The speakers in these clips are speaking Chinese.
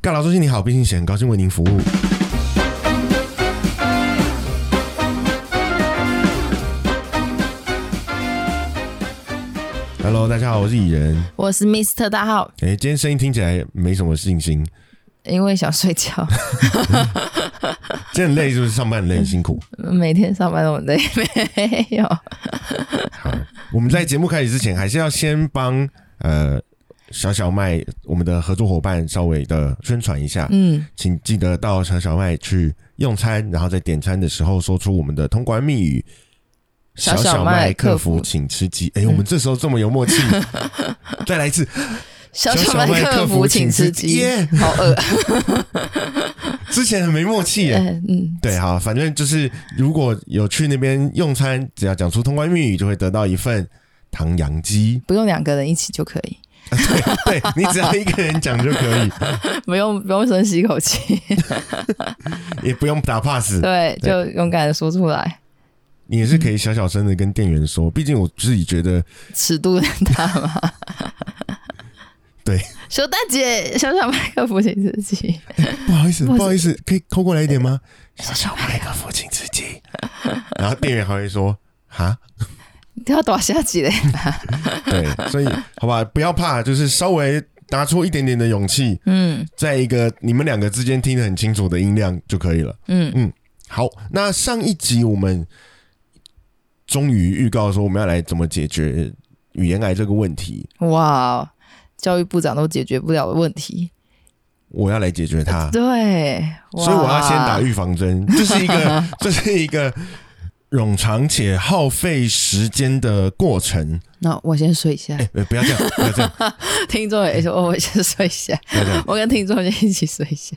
大佬中心你好，毕信贤，高兴为您服务。Hello，大家好，我是蚁人。我是 Mr 大号，哎、今天声音听起来没什么信心，因为想睡觉， 今天很累，是不是上班很累，很辛苦？每天上班都很累， 没有。好，我们在节目开始之前，还是要先帮呃小小麦我们的合作伙伴稍微的宣传一下。嗯，请记得到小小麦去用餐，然后在点餐的时候说出我们的通关密语。小小麦麦客服服，请吃鸡。哎、我们这时候这么有 默契，再来一次。小小小麦麦客客服服请请吃吃鸡鸡，好饿。之前很没默契 耶。嗯嗯，对，好，反正就是如果有去那边用餐，只要讲出通关密语，就会得到一份唐扬鸡。不用两个人一起就可以，对你只要一个人讲就可以，不用不用深吸一口气，也不用打 pass。对，就勇敢的说出来，你也是可以小小声的跟店员说，毕竟我自己觉得尺度很大嘛。对，熊大姐，小小麦克服请吃鸡，不好意思，不好意思不好意思，可以抠过来一点吗？ 小小麦克风请自己。 然后店员还会说：“哈，你都要多下几嘞？对，所以好吧，不要怕，就是稍微拿出一点点的勇气，嗯在一个你们两个之间听得很清楚的音量就可以了。嗯，好，那上一集我们终于预告说我们要来怎么解决语言癌这个问题，嗯哇，哦教育部长都解决不了的问题，我要来解决它，对，啊哇所以我要先打预防 针。这是一个，这是一个冗长且耗费时间的过程。那我先睡一下，哎、不要这样，不要这样，听众也说，哦我先睡一下， 不要这样。我跟听众也一起睡一下。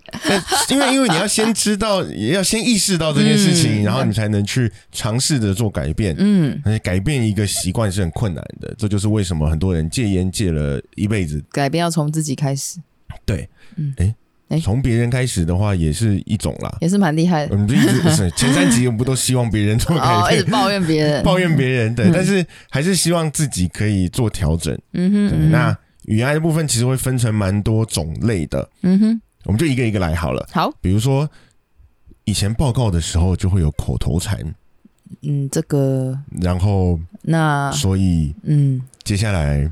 但因为因为你要先知道，也要先意识到这件事情，嗯然后你才能去尝试着做改变。嗯，而且改变一个习惯是很困难的，这就是为什么很多人戒烟戒了一辈子。改变要从自己开始，对，嗯哎、哎从别人开始的话也是一种啦。也是蛮厉害的我。们就一直是前三集我们不都希望别人做哦，改 一直变，抱怨别人，抱怨别人对，嗯但是还是希望自己可以做调整。嗯哼，对，嗯哼那语言的部分其实会分成蛮多种类的，嗯哼，我们就一个一个来好了。好，比如说以前报告的时候就会有口头禅，嗯，这个然后那所以嗯接下来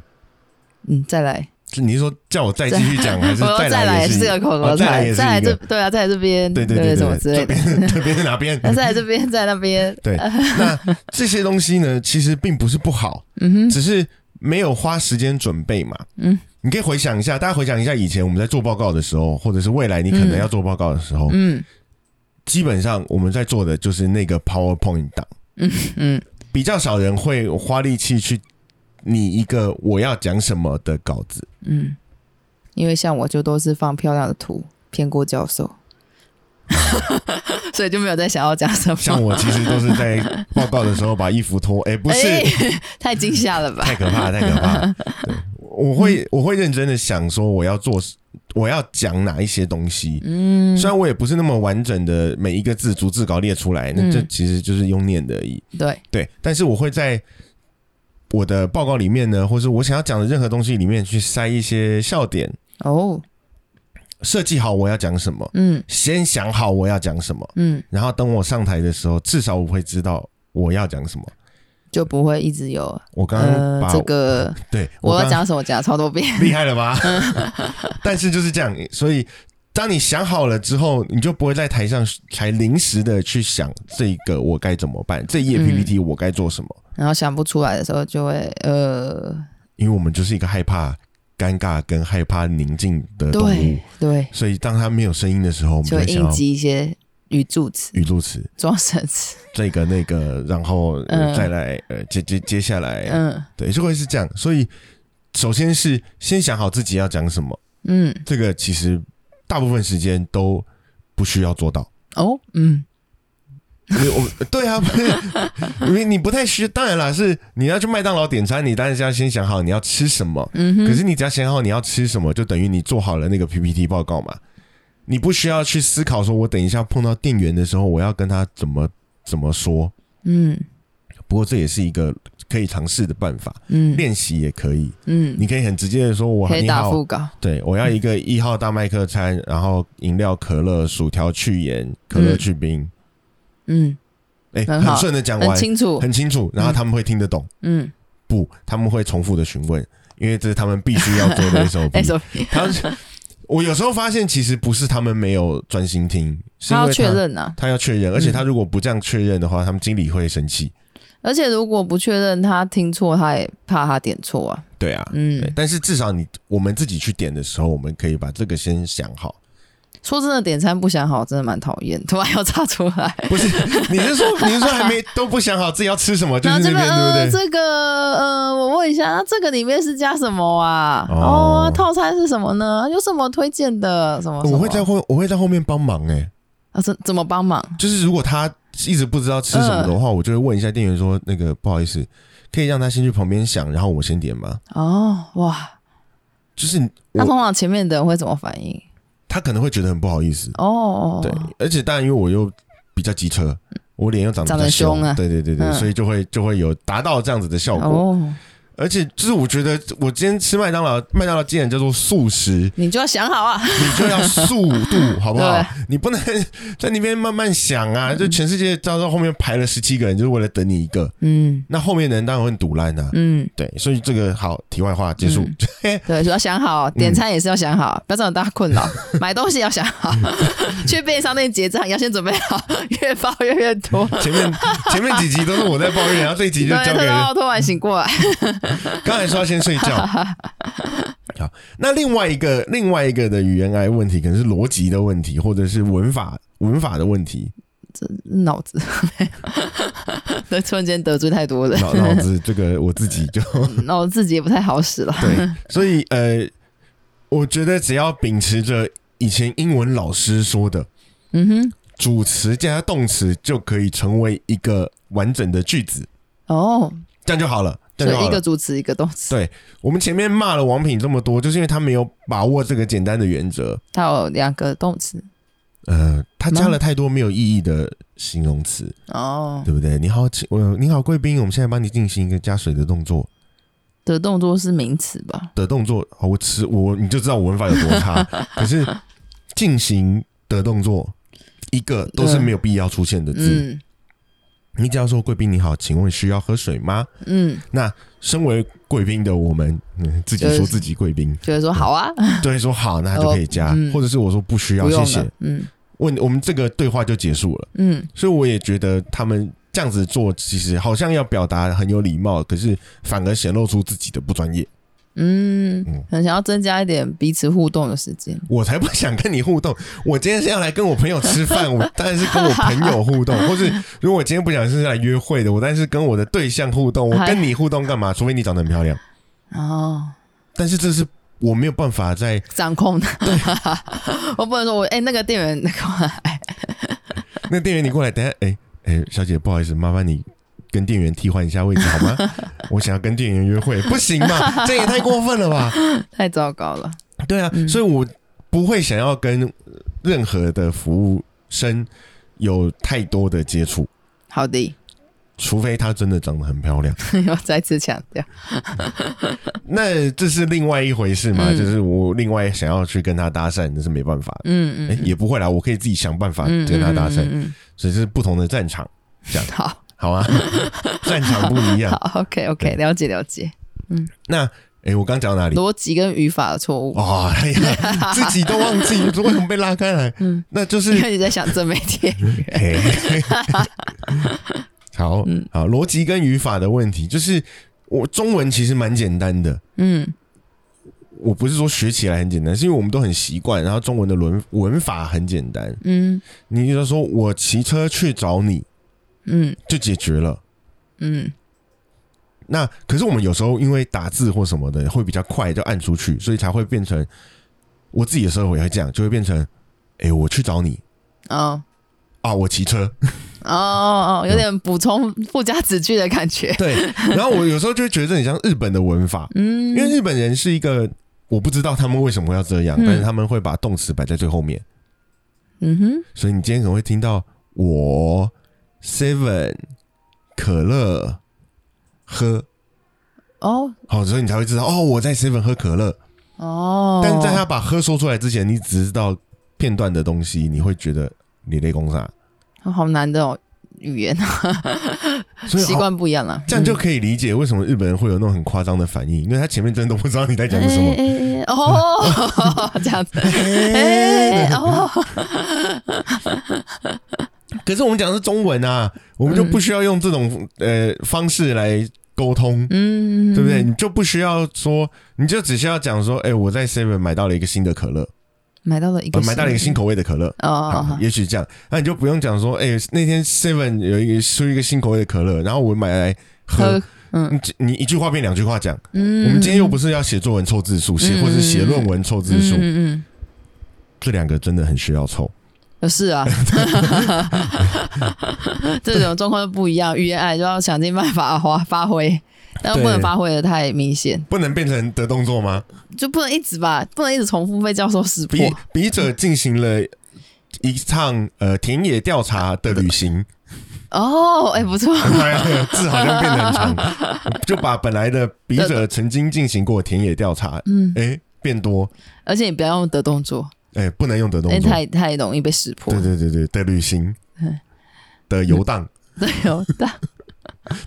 嗯再来，是你是说叫我再继续 讲，还是我要再来来也是是一个口头哦再来禅，也是再来一这个。对啊，再来这边，对对对，对什么之类对，这的，边这边是哪边？那再来这边， 再来那边，对，那这些东西呢，其实并不是不好，嗯哼，只是没有花时间准备嘛。嗯，你可以回想一下，大家回想一下以前我们在做报告的时候，或者是未来你可能要做报告的时候，嗯基本上我们在做的就是那个 PowerPoint 档。嗯比较少人会花力气去拟一个我要讲什么的稿子。嗯，因为像我就都是放漂亮的图骗过教授， 所以就没有再想要讲什么。像我其实都是在报告的时候把衣服脱，哎、不是、 哎太惊吓了吧？太可怕，太可怕。对，我会我会认真的想说我要做，我要讲哪一些东西。嗯，虽然我也不是啊那么完整的每一个字逐字稿列出来，那嗯这其实就是用念的而已。对，对，但是我会在我的报告里面呢，或是我想要讲的任何东西里面去塞一些笑点，哦，设计好我要讲什么。嗯先想好我要讲什么，嗯，然后等我上台的时候，至少我会知道我要讲什么。就不会一直有我刚刚呃把、这个对我要刚讲什么讲超多遍， 厉害了吧？但是就是这样，所以当你想好了之后，你就不会在台上才临时的去想这个我该怎么办，这一页嗯 PPT 我该做什么，然后想不出来的时候就会呃，因为我们就是一个害怕尴尬跟害怕宁静的动物对，对，所以当它没有声音的时候，我们就就会会想应要激一些语助词、语助词，装神词，这个那个，然后、呃嗯再来呃接接接下来。嗯对，就会是这样。所以，首先是先想好自己要讲什么，嗯，这个其实大部分时间都不需要做到。哦，嗯因为我对啊， 不是因为你不太需，当然啦，是你要去麦当劳点餐，你当然是要先想好你要吃什么。嗯哼，可是你只要想好你要吃什么，就等于你做好了那个 PPT 报告嘛。你不需要去思考说，我等一下碰到店员的时候，我要跟他怎么怎么说。嗯不过这也是一个可以尝试的办法，嗯练习也可以。嗯，你可以很直接的说，我可以嗯你打好，副稿，对我要一个一号大麦克餐，然后饮料、可乐、薯条去盐，可乐去冰，嗯，哎、很好很顺的讲很完，清楚，很清楚，然后他们会听得懂。嗯不，他们会重复的询问，因为这是他们必须要做的 SOP。 ，SOP，他们是我有时候发现，其实不是他们没有专心听，是他因要为确他认啊。他要确认，而且嗯他如果不这样确认的话，他们经理会生气。而且如果不确认他听错，他也怕他点错啊。对啊，对嗯，但是至少你我们自己去点的时候，我们可以把这个先想好。说真的，点餐不想好，真的 蛮讨厌，突然要炸出来。不 是，你是说你是说还没都不想好自己要吃什么，就然是后那这边边呃，对不对？这个呃，我问一下，那这个里面是加什么啊？哦哦，套餐是什么呢？有什么推荐的？什么什么？我会在后我会在后面帮忙哎、啊，怎怎么帮忙？就是如果他一直不知道吃什么的话，我就会问一下店员说：“那个不好意思，可以让他先去旁边想，然后我先点吗哦，哇，？”就是你那我通常前面的人会怎么反应？他可能会觉得很不好意思，哦，对，而且当然因为我又比较机车，我脸又长得比较长得凶啊对对对对，嗯所以就会就会有达到这样子的效果。哦，而且就是我觉得我今天吃麦当劳，麦当劳既然叫做素 食，你就要想好啊。你就要速度，好不好对？你不能 在那边慢慢想啊！就全世界到到后面排了十七个人，就是为了等你一个。嗯那后面的人当然会很堵烂啊。嗯，对，所以这个好，题外话结束。嗯对，就要嗯想好，点餐也是要想好，不要造成大家困扰。买东西要想 好，去便利商店结账也要先准备好，越包越越多。 前面前面几集都是我在抱怨，然后这一集就对，交给然后突然醒过来，刚才说要先睡觉。 好，那另外一个另外一个的语言癌问题，可能是逻辑的问题，或者是文法文法的问题，脑子 对，突然间得罪太多人，脑脑子这个我自己 就那我自己也不太好使了。对，所以呃，我觉得只要秉持着以前英文老师说的嗯哼，主词加动词就可以成为一个完整的句子，哦，这样就好了。这所样就以好一个了。主词一个动词，我们前面骂了王品这么多，就是因为他没有把握这个简单的原则。它有两个动词。呃，他加了太多没有意义的形容词，哦，对不对？你好，请呃，你好，贵宾，我们现在帮你进行一个加水的动作的动作是名词吧？的动作。哦好，我吃我你就知道我文法有多 差。可是进行的动作一个都是没有必要出现的字。嗯你只要说贵宾你好，请问需要喝水吗？嗯，身为贵宾的我们，嗯，自己就是说自己贵宾，觉得说好啊，对，说好，那他就可以加，哦嗯或者是我说不需嗯要， 不用谢了。谢。嗯问我们这个对话就结束了，嗯，所以我也觉得他们这样子做，其实好像要表达很有礼貌，可是反而显露出自己的不专业。嗯嗯，很想要增加一点彼此互动的时间。我才不想跟你互动，我今天是要来跟我朋友吃饭，我当然是跟我朋友互动，或是如果我今天不想是来约会的，我当然是跟我的对象互动，我跟你互动干嘛？除非你长得很漂亮。哦，但是这是我没有办法在掌控的， 我不能说我哎、那个店员那个，哎那店员你过来，等一下，哎、哎、小姐不好意思，麻烦你跟店员替换一下位置好吗？我想要跟店员约会，不行嘛，这也太过分了吧？太糟糕了。对嗯啊，所以我不会想要跟任何的服务生有太多的接触，好的， 除非她真的长得很漂亮。要再次强调，那这是另外一回事嘛，嗯就是我另外想要去跟她搭讪，那是没办法的。嗯哎、嗯，也不会啦，我可以自己想办法嗯跟她搭讪，嗯嗯嗯只是不同的战场，嗯好好 啊，战场不一样。好，OK OK，了解了解，那诶，我刚讲到哪里？逻辑跟语法的错误，哦，哎呀，自己都忘记为什么被拉开来，嗯，那就是 因为你在想正媒体，嘿 好好逻辑跟语法的问题，就是我中文其实蛮简单的，嗯我不是说学起来很简单，是因为我们都很习惯，然后中文的文文法很简单，嗯你就说我骑车去找你嗯就解决了。 嗯，那可是我们有时候因为打字或什么的会比较快，就按出去，所以才会变成我自己的时候也会这样，就会变成，哎、我去找你哦啊，我骑车。哦哦，有点补充附加子句的感觉，对，然后我有时候就会觉得你像日本的文法，因为嗯日本人是一个我不知道他们为什么要这样，嗯但是他们会把动词摆在最后面，嗯哼，所以你今天可能会听到我 seven 可乐喝，哦好，所以你才会知道哦，我在 seven 喝可乐。哦，但在他把喝说出来之前，你只知道片段的东西，你会觉得你累功啥，好难的哦，语言所以习好惯不一样了，这样就可以理解为什么日本人会有那种很夸张的反应，因为他前面真的都不知道你在讲什么。哎哎哎哦， 这样子，哎哎哦，可是我们讲的是中文啊，我们就不需要用这种呃方式来沟通，嗯，对不对？？你就不需要说，你就只需要讲说，哎，我在 Seven 买到了一个新的可乐，买到了一个呃新，买到了一个新口味的可乐。哦哦，好哦，也许这样，那你就不用讲说，哎，那天 Seven 有一个出一个新口味的可乐，然后我买来喝喝，，嗯你你一句话变两句话讲。嗯，我们今天又不是要写作文凑字数，写嗯或是写论文凑字数嗯，嗯这两个真的很需要凑。嗯，是啊， 这种状况就不一样，语言哎癌就要想尽办法发发挥，但又不能对发挥的太明显，不能变成的动作吗？就不能一直吧，不能一直重复被教授识破，笔笔者进行了一趟呃田野调查的旅行，哦，哎，不错，啊字好像变得很长，就把本来的笔者曾经进行过田野调查，嗯，哎、变多，而且你不要用的动作，哎、不能用的动因为作，太太容易被识破对，对对对的旅行嗯的游荡对 哦，大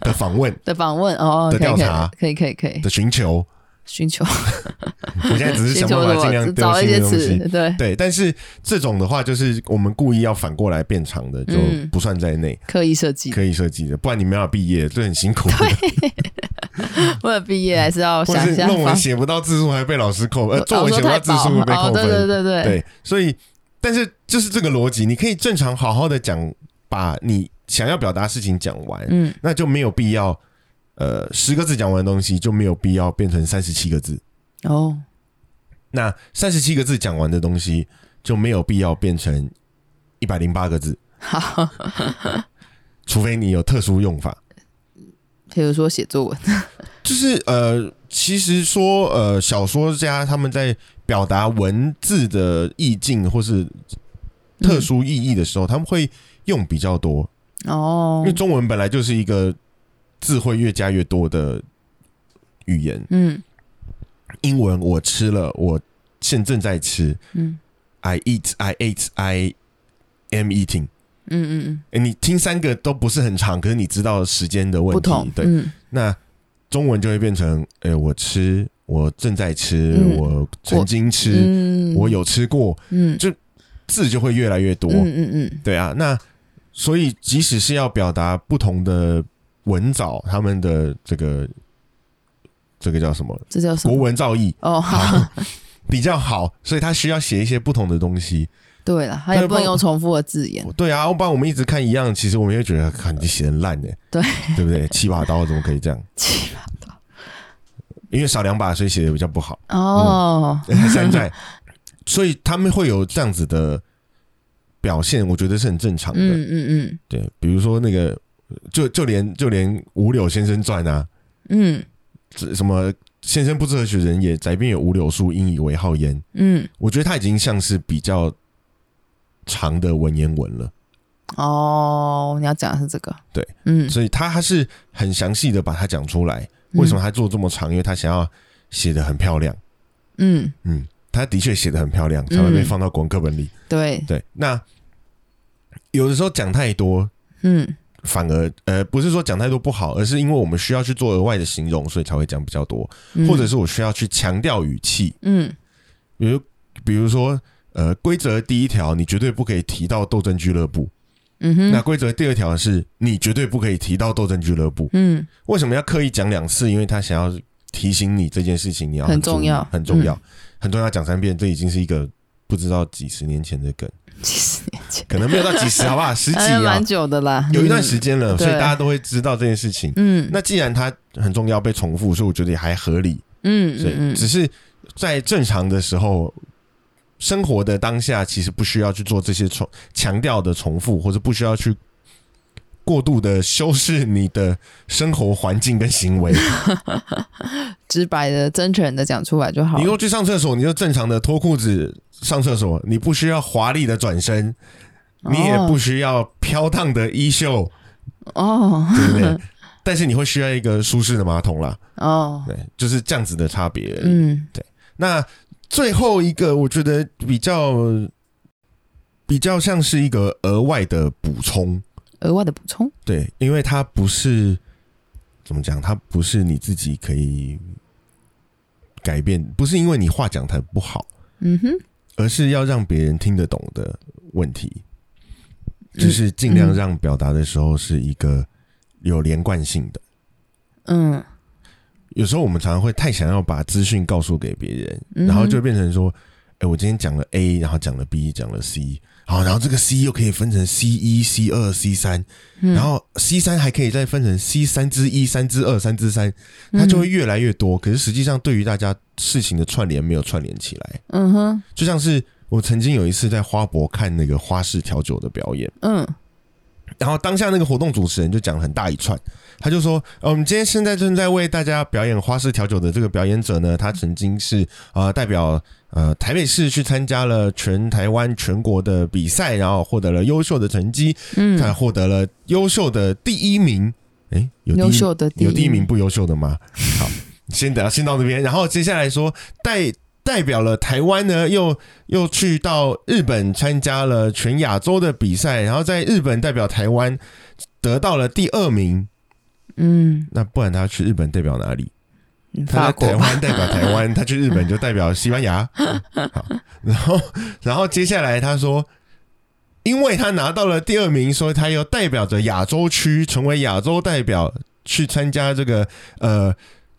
的访问的访问哦，的可以调查可以可以可以可以的寻求，寻求我现在只是寻想求办什法尽量么？丢找一新些 的东词西。，对，对，但是这种的话，就是我们故意要反过来变长的，就嗯不算在内，刻意 设计。可以设计的，不然你没有毕业，这很辛苦的。为了毕业还是要或想是一下论文方，写不到字数还被老师扣，呃，老作文说写不到太字数饱会被哦扣分。对对对对对所以但是就是这个逻辑，你可以正常好好的讲，把你想要表达的事情讲完，嗯，那就没有必要，呃，十个字讲完的东西就没有必要变成三十七个字。哦，那三十七个字讲完的东西就没有必要变成一百零八个字，好，除非你有特殊用法。比如说写作文，就是呃，其实说呃，小说家他们在表达文字的意境或是嗯特殊意义的时候，他们会用比较多，因哦为，中文本来就是一个字会越加越多的语言。嗯英文我吃了，我现正在吃嗯，I eat, I ate, I am eating。嗯嗯嗯，诶你听三个都不是很长，可是你知道时间的问不题同，，对，嗯那中文就会变成，哎、我吃，我正在吃，嗯我曾经吃，嗯，我有吃过，嗯字就会越来越多。嗯嗯嗯，对啊，那所以即使是要表达不同的文藻，他们的这个这个叫什么这叫什国么？文造诣哦，好，好 比较好，所以他需要写一些不同的东西。对了，他也不能用重复的字 眼，对啊，要不然我们一直看一样，其实我们会觉得，看你写的烂呢、对对不对？七把刀怎么可以这样？七八糟因为少两把，所以写的比较不 好。哦，山寨，所以他们会有这样子的表现，我觉得是很正常的。嗯嗯对，比如说那个，就就连就连五柳先生传啊，嗯这什么先生不知何许人也，宅边有五柳树，因以为好焉。嗯我觉得他已经像是比较长的文言文了，嗯，哦，你要讲的是这个，对，嗯，所以他他是很详细的把它讲出来。为什么他做这么长？因为他想要写的很漂亮。嗯？嗯，嗯，他的确写的很漂亮，才会被嗯放到国文课本里。对，对，那有的时候讲太多，嗯反而呃不是说讲太多不好，而是因为我们需要去做额外的形容，所以才会讲比较多，嗯，或者是我需要去强调语气，嗯比如比如说呃规则第一条，你绝对不可以提到斗争俱乐部；嗯哼，那规则第二条是你绝对不可以提到斗争俱乐部。嗯为什么要刻意讲两次？因为他想要提醒你这件事情，你要很注意重要嗯很重要，很重要，讲三遍，这已经是一个。不知道几十年前的梗，几十年前，可能没有到几十，好不 好？十几哎啊蛮，久的啦，有一段时间了，嗯所以对大家都会知道这件事情。嗯，嗯那既然它很重要被重复，所以我觉得也还合理。嗯所以嗯只是在正常的时候，生活的当下，其实不需要去做这些重强调的重复，或者不需要去过度的修饰你的生活环境跟行 为。嗯，直白的、真诚的讲出来就好你了。若去上厕所，你就正常的脱裤子上厕所，你不需要华丽的转身，你也哦不需要飘荡的衣袖，哦， 对不对？但是你会需要一个舒适的马桶啦，哦，对，就是这样子的差别。嗯那最后一个，我觉得比较比较像是一个额外的补充，额外的补充，对，因为它不是怎么讲，它不是你自己可以改变，不是因为你话讲的不好，嗯哼，而是要让别人听得懂的问题，就是尽量让表达的时候是一个嗯有连贯性的。嗯，有时候我们常常会太想要把资讯告诉给别人，嗯哼然后就变成说，哎、我今天讲了 A，然后讲了 B，讲了 C，好，然后这个 C 又可以分成 C 一、C 二、C 三，嗯然后 C 三还可以再分成 C 三之一、三之二、三之三，嗯它就会越来越多。可是实际上，对于大家事情的串联没有串联起来，嗯哼，就像是我曾经有一次在花博看那个花式调酒的表演。嗯然后当下那个活动主持人就讲了很大一串，他就说：“呃，我们今天现在正在为大家表演花式调酒的这个表演者呢，他曾经是呃代表呃台北市去参加了全台湾全国的比赛，然后获得了优秀的成绩，他嗯，获得了优秀的第一名。诶，有第一优名秀的第有第一名，不优秀的 吗？好，先等到先到这边，然后接下来说代代表了台湾呢，又又去到日本参加了全亚洲的比赛，然后在日本代表台湾得到了第二名。嗯，那不然他去日本代表哪里？他法在国台吧，湾代表台湾，他去日本就代表西班 牙。好，然后然后接下来他说，因为他拿到了第二名，所以他又代表着亚洲区成为亚洲代表去参加这个呃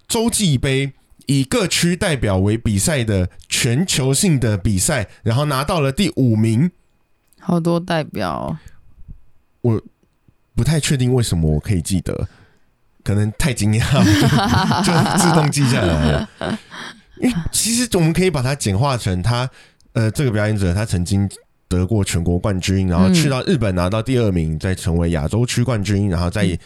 洲际杯。以各区代表为比赛的全球性的比赛，然后拿到了第五名。好多代表，不太确定为什么我可以记得，可能太惊讶 了，就就自动记下来了。因为其实我们可以把它简化成他呃，这个表演者他曾经得过全国冠军，然后去嗯到日本拿到第二名，再成为亚洲区冠军，然后再、嗯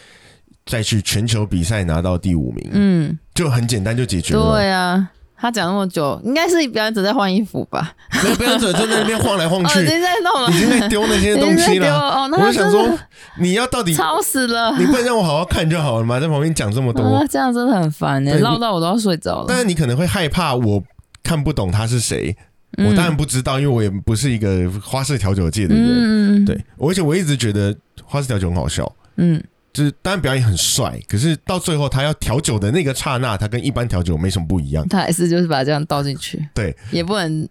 再去全球比赛拿到第五名，嗯，就很简单就解决了。对啊，他讲那么久，应该是表演者在换衣服吧？没有表演者就在那边晃来晃 哦，去已，经在弄了，已经在丢那 些东已经在西丢了。了。哦，那我就他想真说 的，你要到底，吵死了。你不能让我好好看就好了嘛，在旁边讲这么 多。啊，这样真的很烦哎、对你唠到我都要睡着但了。是你可能会害怕我看不懂他是谁，嗯我当然不知道，因为我也不是一个花式调酒界的人。嗯，嗯，对，而且我一直觉得花式调酒很好笑，嗯，就是当然表演很帅，可是到最后他要调酒的那个刹那，他跟一般调酒没什么不一样。 他还是就是把这样倒进去，对，也不能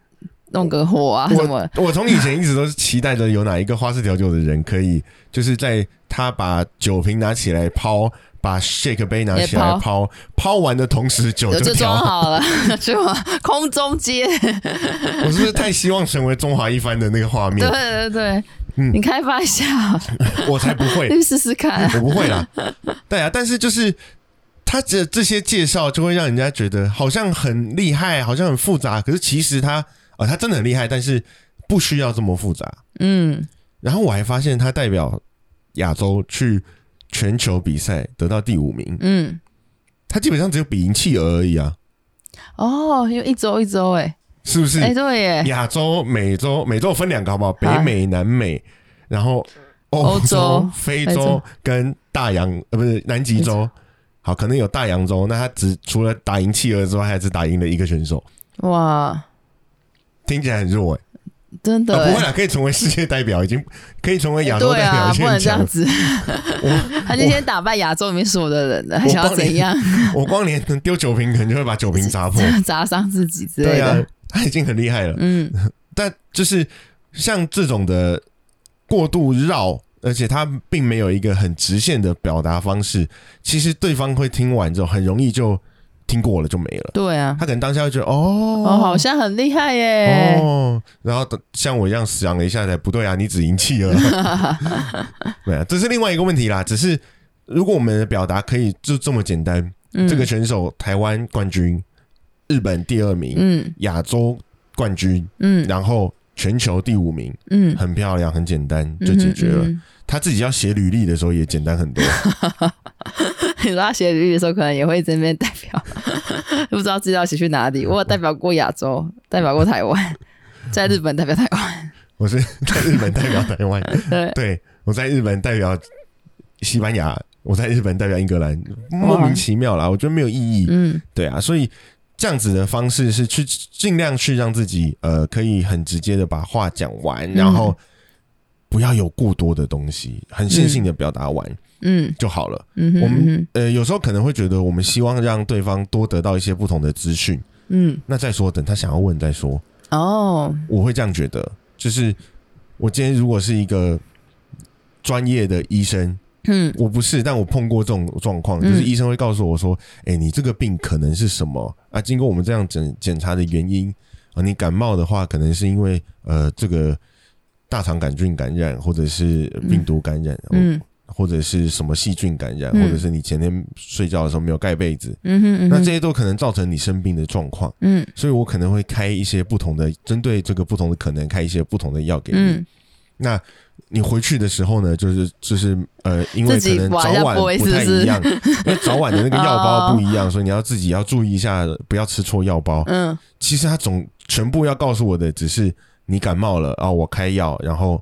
弄个火啊什么的。我从以前一直都是期待着有哪一个花式调酒的人可以，就是在他把酒瓶拿起来抛，把 shake 杯拿起来也抛，抛完的同时酒有就嗯就调装。好了， 就空中接，我是不是太希望成为中华一番的那个画对 面？对对，嗯你开发 一下好了，我才不会。去试试看啊。我不会啦，对啊，但是就是他这这些介绍就会让人家觉得好像很厉害，好像很复杂，可是其实他啊、呃他真的很厉害，但是不需要这么复杂。嗯，然后我还发现他代表亚洲去全球比赛得到第五名，嗯，他基本上只有比赢企鹅而已啊，哦，因为一周一周，哎，是不是？哎，对耶，亚洲、美洲，美洲分两个好不好？北好美、南美，然后欧欧洲非非洲洲跟大洋呃不是南极洲。好，可能有大洋洲，那他只除了打赢企鹅之外，还只打赢了一个选手，哇，听起来很弱哎、真的啊不会耶，啦，可以成为世界代表，已经可以成为亚洲对代表，啊，不现能这在样子， 我他今天打败亚洲里面所有的人了，还我想要帮你怎样 我光连丢酒瓶可能就会把酒瓶砸破，砸伤自己之类对啊的？，他已经很厉害了。嗯但就是像这种的过度绕，而且它并没有一个很直线的表达方式，其实对方会听完之后很容易就听过了就没了。对啊他，可能当下会觉得哦，哦，好像很厉害耶，哦，然后等像我一样想了一下才不对啊，你只赢气 了。对啊，这是另外一个问题啦。只是如果我们的表达可以就这么简单，嗯这个选手台湾冠军，日本第二名，嗯亚洲冠军，嗯然后全球第五名，嗯，很漂亮，很简单就解决了。嗯他自己要写履历的时候也简单很多，哼嗯 哼你说他写履历的时候，可能也会这边代表， 不知道自己要写去哪里。我有代表过亚洲，代表过台湾，在日本代表台湾， 我是在日本代表台湾， 对，对我在日本代表西班牙，我在日本代表英格兰，莫名其妙啦，我觉得没有意义。嗯对啊，所以这样子的方式是去尽量去让自己呃可以很直接的把话讲完，嗯然后不要有过多的东西，很线性的表达完嗯就好了。嗯哼，我们嗯呃，有时候可能会觉得我们希望让对方多得到一些不同的资讯，嗯哼那再说，等他想要问再说。嗯哦，我会这样觉得，就是我今天如果是一个专业的医生，嗯我不是，但我碰过这种状况，就是嗯医生会告诉我说：“哎、你这个病可能是什么啊？经过我们这样检检查的原因啊，你感冒的话，可能是因为呃这个大肠杆菌感染，或者是病毒感染，嗯或者是什么细菌感染，嗯或者是你前天睡觉的时候没有盖被子，嗯哼嗯哼，那这些都可能造成你生病的状况。嗯所以我可能会开一些不同的，针对这个不同的可能开一些不同的药给你。嗯那你回去的时候呢，就是就是呃，因为自可己能往早下晚拨一不次太是哦一样，因为早晚的那个药包 不一样，所以你要自己要注意一下，不要吃错药包。嗯其实他总全部要告诉我的只是你感冒了啊，我开药，然后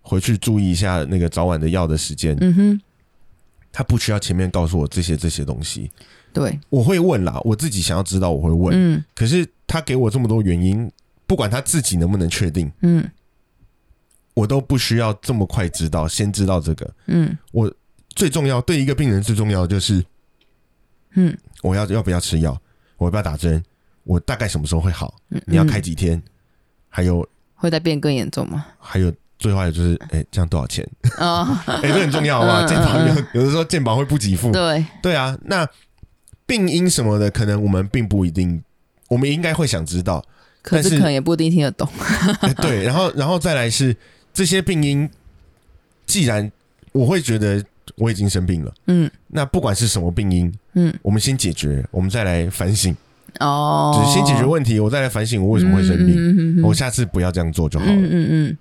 回去注意一下那个早晚的药的时间。嗯哼，他不需要前面告诉我这些这些东西。对，我会问啦，我自己想要知道，我会问。嗯可是他给我这么多原因，不管他自己能不能确定，嗯我都不需要这么快知道，先知道这个。嗯最重要，对一个病人最重要的就是嗯，我要要不要吃药，我要不要打针，我大概什么时候会好，嗯你要嗯开几天，还有会再变更严重 吗？还有。最后还有就是，哎、这样多少钱？哦，哎、这很重要啊！ 嗯嗯健保嗯有有的时候健保会不给付，对，对啊。那病因什么的，可能我们并不一定，我们应该会想知道，可但是是可能也不一定听得懂。哎对，然后然后再来是这些病因，既然我会觉得我已经生病了，嗯那不管是什么病因，嗯，我们先解决，我们再来反省，哦，嗯就是先解决问题，我再来反省我为什么会生病，病我下次不要这样做就好了。嗯嗯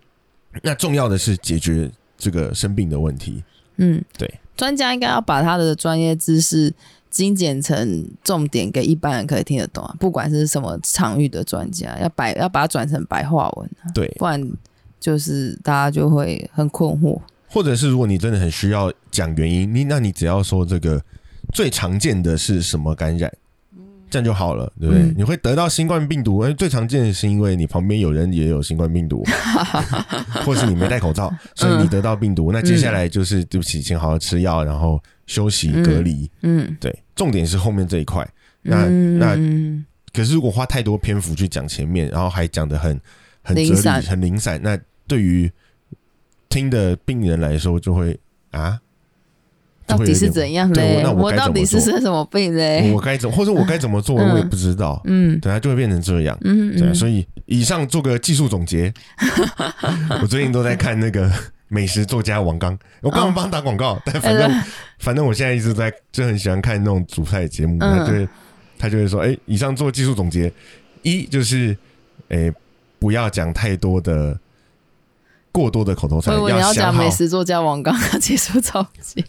那重要的是解决这个生病的问题，嗯嗯，对，专家应该要把他的专业知识精简成重点，给一般人可以听得懂啊。不管是什么场域的专家，要白要把它转成白话文啊，对，不然就是大家就会很困惑。或者是如果你真的很需要讲原因，你那你只要说这个最常见的是什么感染，这样就好了，对不对？嗯你会得到新冠病毒，哎，最常见的是因为你旁边有人也有新冠病 毒，或是你没戴口罩，所以你得到病毒。那接下来就是对不起，请好好吃药，然后休息嗯隔离。嗯，对，重点是后面这一块。那嗯那嗯可是如果花太多篇幅去讲前面，然后还讲的很很零哲理、散很零散，那对于听的病人来说就会啊，到底是怎样嘞？对我那我该到底怎么是做生什么病嘞我？该怎么，或者我该怎么做， 嗯我也不知道，嗯对啊，就会变成这样。嗯对啊，嗯，所以以上做个技术总 结。我最近都在看那个美食作家王刚，我刚哦刚帮他打广告，但反正呃 反正我现在一直在就很喜欢看那种煮菜节目，嗯他就会他就会说，哎、以上做技术总结，一就是，哎、不要讲太多的过多的口头我禅，以为你要想讲好美，食作家王刚 刚结束总结，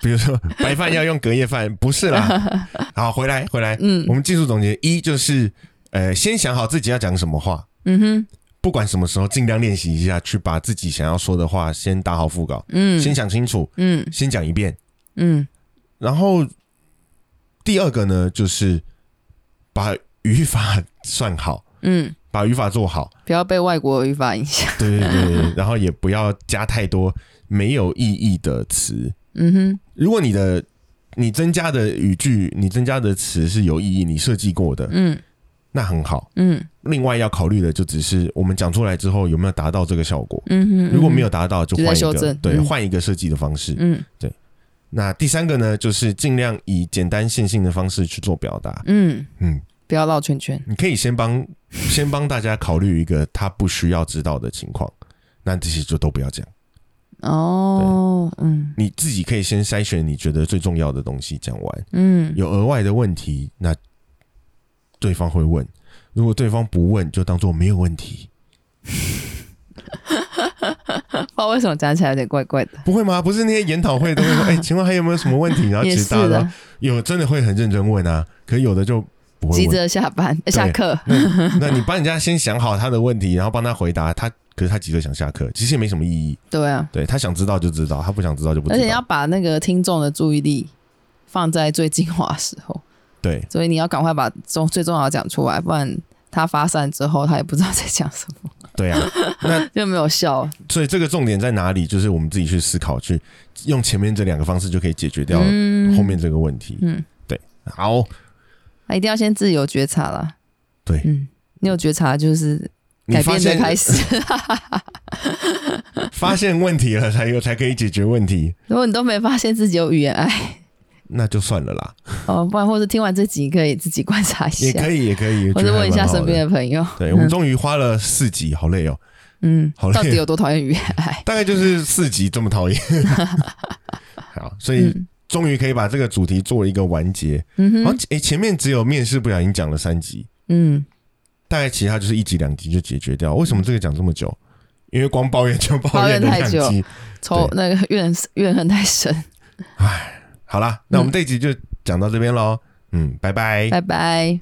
比如 说白饭要用隔夜饭，不是啦。好，回来回来，嗯我们技术总结一就是，呃，先想好自己要讲什么话，嗯哼，不管什么时候，尽量练习一下，去把自己想要说的话先打好腹稿，嗯，先想清楚，嗯先讲一遍。嗯然后第二个呢，就是把语法算好， 嗯，把语法做好。不要被外国语法影响。对对对 对，然后也不要加太多没有意义的词。嗯哼，如果你的你增加的语句，你增加的词是有意义，你设计过的，嗯那很好。嗯另外要考虑的就只是我们讲出来之后有没有达到这个效果。嗯哼，如果没有，达到，就就在换一修个，正对，嗯换一个设计的方式。嗯那第三个呢，就是尽量以简单线性的方式去做表达。嗯，嗯，不要绕圈圈。你可以先帮 先帮大家考虑一个他不需要知道的情况，那这些就都不要讲。哦，嗯你自己可以先筛选你觉得最重要的东西讲完，嗯有额外的问题，那对方会问。如果对方不问，就当做没有问题，不知道为什么讲起来有点怪怪的。不会吗？不是那些研讨会都会 说，哎、请问还有没有什么问题？然后也其实是啊大家都的，有真的会很认真问啊，可有的就不会急问。着下班下课。 那你帮人家先想好他的问题，然后帮他回答，他可是他急着想下课，其实也没什么意义。对啊，对他想知道就知道，他不想知道就不而且知要道。把那个听众的注意力放在最精华的时候，对，所以你要赶快把重最重要的讲出来，不然他发散之后他也不知道在讲什么， 对啊。那就没有笑了。所以这个重点在哪里？就是我们自己去思考，去用前面这两个方式就可以解决掉嗯后面这个问题。嗯，好，那一定要先自由觉察啦。对嗯，你有觉察就是你改发现变的 开始。发现问题了，才有才可以解决问题，如果你都没发现自己有语言哎癌那就算了啦。哦，不然或者听完这集你可以自己观察一也下，可以，也可以，或觉者得啊问一下还蛮好身边的嗯朋友。对我们终于花了四集，好累哦，嗯，好到底累，有多讨厌语言癌？大概就是四集这么讨 厌。好，所以嗯终于可以把这个主题做一个完结。嗯然后哼，诶，前面只有面试不小心讲了三集，嗯，大概其他就是一集两集就解决掉。为什么这个讲这么久？因为光抱怨就抱怨了抱怨两太久集。仇那个怨怨恨太深。哎好啦，那我们这一集就讲到这边喽。嗯，拜拜。拜拜。